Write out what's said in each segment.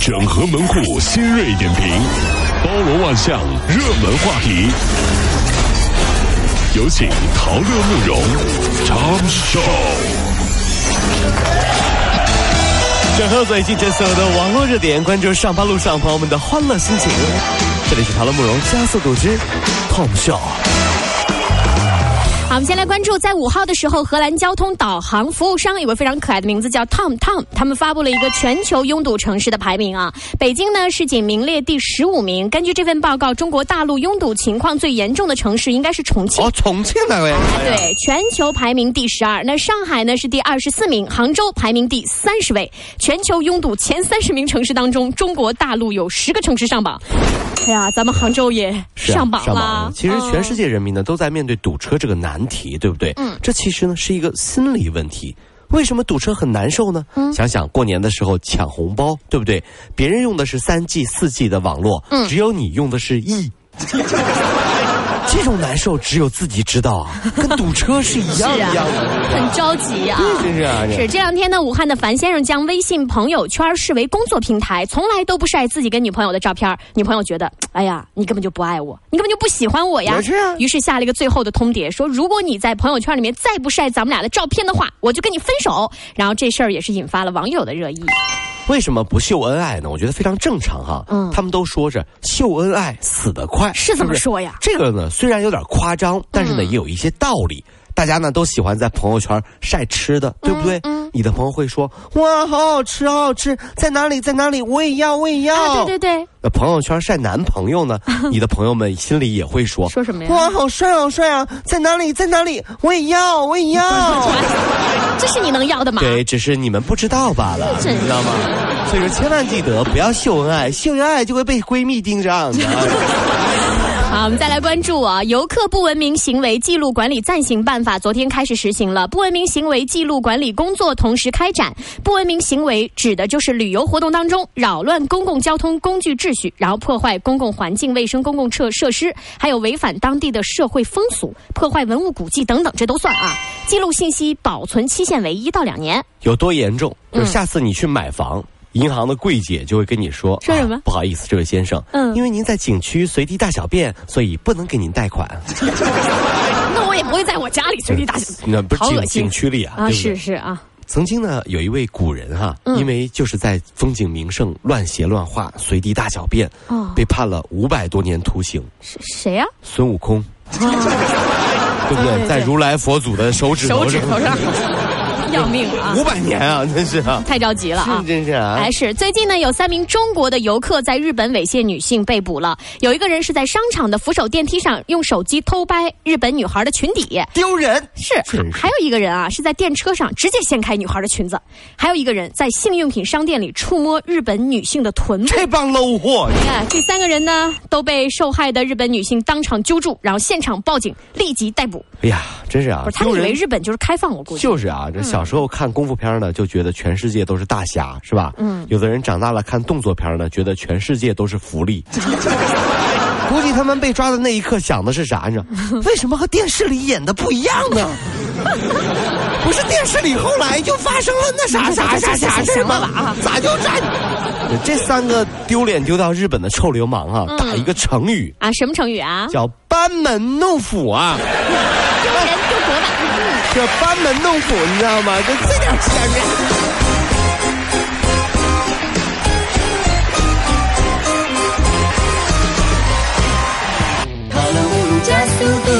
整合门户新锐点评，包罗万象，热门话题。有请陶乐慕容长寿。整合最近这所有的网络热点，关注上班路上朋友们的欢乐心情。这里是陶乐慕容加速度之 Tom Show。好，我们先来关注，在五号的时候，荷兰交通导航服务商有个非常可爱的名字叫 Tom Tom，他们发布了一个全球拥堵城市的排名啊。北京呢是仅名列第十五名。根据这份报告，中国大陆拥堵情况最严重的城市应该是重庆。哦，啊重庆那位，对，全球排名第十二。那上海呢是第二十四名，杭州排名第三十位。全球拥堵前三十名城市当中，中国大陆有十个城市上榜。哎呀，咱们杭州也是啊上榜啊上了。榜了。其实全世界、界人民呢、都在面对堵车这个难题，对不对？嗯，这其实呢是一个心理问题。为什么堵车很难受呢？嗯想想过年的时候抢红包，对不对？别人用的是三 G、四 G 的网络，嗯只有你用的是 E。这种难受只有自己知道啊，跟堵车是一样一样的，很着急啊。真是啊。是这两天呢，武汉的樊先生将微信朋友圈视为工作平台，从来都不晒自己跟女朋友的照片儿。女朋友觉得，哎呀，你根本就不爱我，你根本就不喜欢我呀。也是啊于是下了一个最后的通牒，说如果你在朋友圈里面再不晒咱们俩的照片的话，我就跟你分手。然后这事儿也是引发了网友的热议。为什么不秀恩爱呢？我觉得非常正常哈。嗯他们都说是秀恩爱死得快，是这不么说呀？这个呢，虽然有点夸张，但是呢，嗯也有一些道理。大家呢都喜欢在朋友圈晒吃的，对不对？嗯你的朋友会说：“哇，好好吃，好好吃，在哪里，在哪里，我也要，我也要。啊，对对对，那朋友圈晒男朋友 呢，你的朋友们心里也会说：说什么呀？哇，好帅，好帅啊，在哪里，在哪里，我也要，我也要。 这是你能要的吗？对，只是你们不知道罢了，真你知道吗？所以说，千万记得不要秀恩爱，秀恩爱就会被闺蜜盯上的。 好，我们再来关注啊，游客不文明行为记录管理暂行办法昨天开始实行了。不文明行为记录管理工作同时开展。不文明行为指的就是旅游活动当中扰乱公共交通工具秩序，然后破坏公共环境卫生、公共设设施，还有违反当地的社会风俗、破坏文物古迹等等，这都算啊。记录信息保存期限为一到两年。有多严重？嗯就是下次你去买房。银行的柜姐就会跟你说说什么啊不好意思，这位先生，嗯因为您在景区随地大小便，所以不能给您贷款。那我也不会在我家里随地大小便那不是好景恶心景区里啊，啊！对不对是是嗯啊，曾经呢，有一位古人哈、因为就是在风景名胜乱写乱画、随地大小便，哦被判了五百多年徒刑。是谁啊呀、孙悟空， 对不对对？对在如来佛祖的 手指头手指头上 要命啊！五百年啊，真是啊，太着急了啊！是真是啊。还是最近呢，有三名中国的游客在日本猥亵女性被捕了。有一个人是在商场的扶手电梯上用手机偷拍日本女孩的裙底，丢人！是真是还有一个人啊是在电车上直接掀开女孩的裙子，还有一个人在性用品商店里触摸日本女性的臀部。这帮 low 货，哎，这三个人呢都被受害的日本女性当场揪住，然后现场报警，立即逮捕。哎呀，真是啊不是，他丢们以为人！日本就是开放，我估计。就是啊，这小时候看功夫片呢，就觉得全世界都是大侠，是吧？嗯。有的人长大了看动作片呢，觉得全世界都是福 利。估计他们被抓的那一刻想的是啥？你知 道为什么和电视里演的不一样 呢？不是电视里后来就发生了那啥啥啥啥事儿吗？ 啊，咋就这？这三个丢脸丢到日本的臭流氓啊，打一个成语啊，什么成语啊？叫班门弄斧啊。丢人丢国吧。嗯这班门弄斧，你知道吗？这这点钱呢？跑了五路加速度，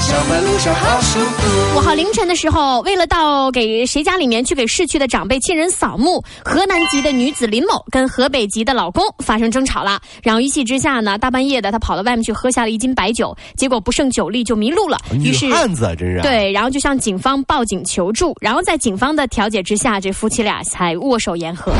上班路上好舒服。五号凌晨的时候，为了到给谁家里面去给逝去的长辈亲人扫墓，河南籍的女子林某跟河北籍的老公发生争吵了。然后一气之下呢，大半夜的她跑到外面去喝下了一斤白酒，结果不胜酒力就迷路了，于是女。汉子啊，真是啊。对，然后就向警方报警求助，然后在警方的调解之下，这夫妻俩才握手言和。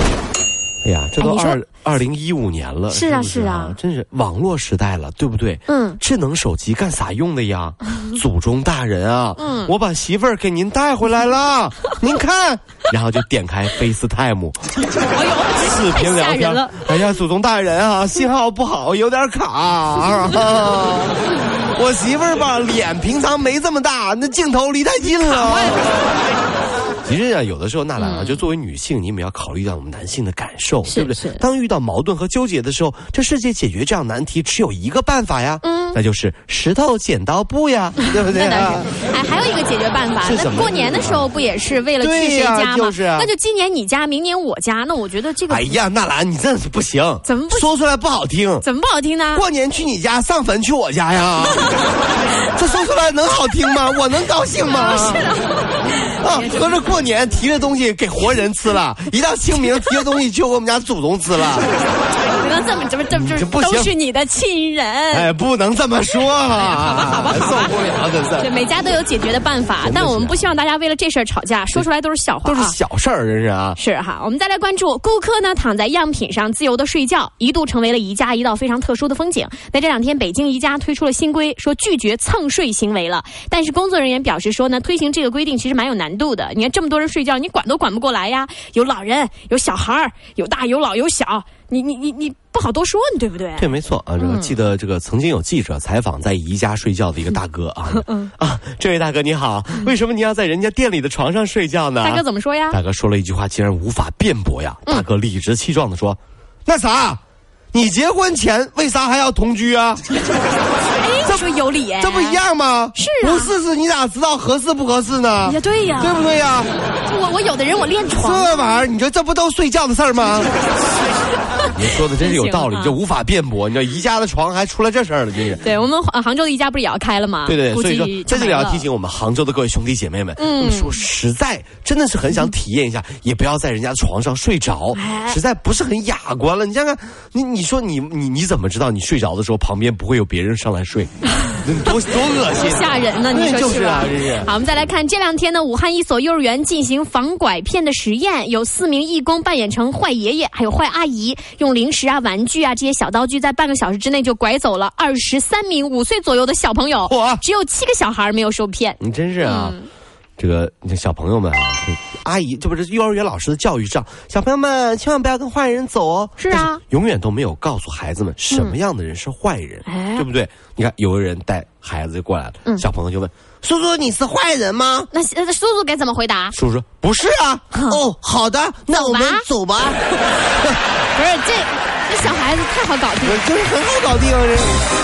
哎呀，这都哎你二说二零一五年了，是啊不是啊啊，真是网络时代了，对不对？嗯，智能手机干啥用的 呀？祖宗大人啊，嗯，我把媳妇儿给您带回来 了，您看，然后就点开 FaceTime，哎呦，视频聊太吓人天了。。哎呀，祖宗大人啊，信号不好，有点卡 啊。我媳妇儿吧，脸平常没这么大，那镜头离太近了。其实啊，有的时候娜兰啊，就作为女性，你们要考虑到我们男性的感受，嗯是对不是对？当遇到矛盾和纠结的时候，这世界解决这样难题只有一个办法呀，那就是石头剪刀布呀， 对不对嗯那当然啊？，哎，还有一个解决办法，是那什么过年的时候不也是为了去对谁呀家吗？就是啊那就今年你家，明年我家，那我觉得这个、哎呀，娜兰，你真是不行，怎么不行说出来不好听？怎么不好听呢？过年去你家，上坟去我家 呀？这说出来能好听吗？我能高兴吗？啊，合着过年提的东西给活人吃了，一到清明提的东西就给我们家祖宗吃了。不能这么这么这么这这么不行都是你的亲人。 哎，不能这么说啊！受不了，这对，是。每家都有解决的办法，但我们不希望大家为了这事儿吵架，说出来都是笑话、都啊。是小事儿，真是啊！是哈，我们再来关注顾客呢躺在样品上自由的睡觉，一度成为了宜家一道非常特殊的风景。那这两天北京宜家推出了新规，说拒绝蹭睡行为了。但是工作人员表示说呢，推行这个规定其实蛮有难度的。你看这么多人睡觉，你管都管不过来呀。有老人，有小孩儿，有大有老有小，你你你你不好多说，你对不对？对，没错啊。嗯这个记得这个曾经有记者采访在宜家睡觉的一个大哥啊嗯啊，这位大哥你好，为什么你要在人家店里的床上睡觉呢？大哥怎么嗯说呀？大哥说了一句话，竟然无法辩驳呀！大哥理直气壮的说：“那啥，你结婚前为啥还要同居啊？哎，说有理哎，这不一。样吗？是啊不试试你咋知道合适不合适呢？也对呀，对不对呀？就我我有的人我练这床，玩意儿，你说这不都睡觉的事儿吗？ 你说的真是有道理，真行啊这无法辩驳。你知道宜家的床还出了这事儿了，真是。”对我们杭杭州的宜家不是也要开了吗？对对，啊估所以计说在这里要就没了提醒我们杭州的各位兄弟姐妹们，嗯，们说实在真的是很想体验一下，也不要在人家床上睡着，哎实在不是很雅观了。你想想，你你说你你你怎么知道你睡着的时候旁边不会有别人上来 睡？多多恶心！啊吓人呢，你对说就是吧？啊这是好，我们再来看这两天呢，武汉一所幼儿园进行防拐骗的实验，有四名义工扮演成坏爷爷还有坏阿姨，用零食啊、玩具啊这些小道具，在半个小时之内就拐走了二十三名五岁左右的小朋友嚯，只有七个小孩没有受骗。你真是啊，这个这小朋友们啊，这阿姨，这不是幼儿园老师的教育上，小朋友们千万不要跟坏人走哦。是啊但永远都没有告诉孩子们什么样的人是坏人，哎对不对？你看，有个人带孩子就过来了，小朋友就问叔叔：“你是坏人吗那呃叔叔该怎么回答？”？叔叔：“不是啊。”哦，好的，那我们走吧。不是这这小孩子太好搞定我了。就是很好搞定啊，这。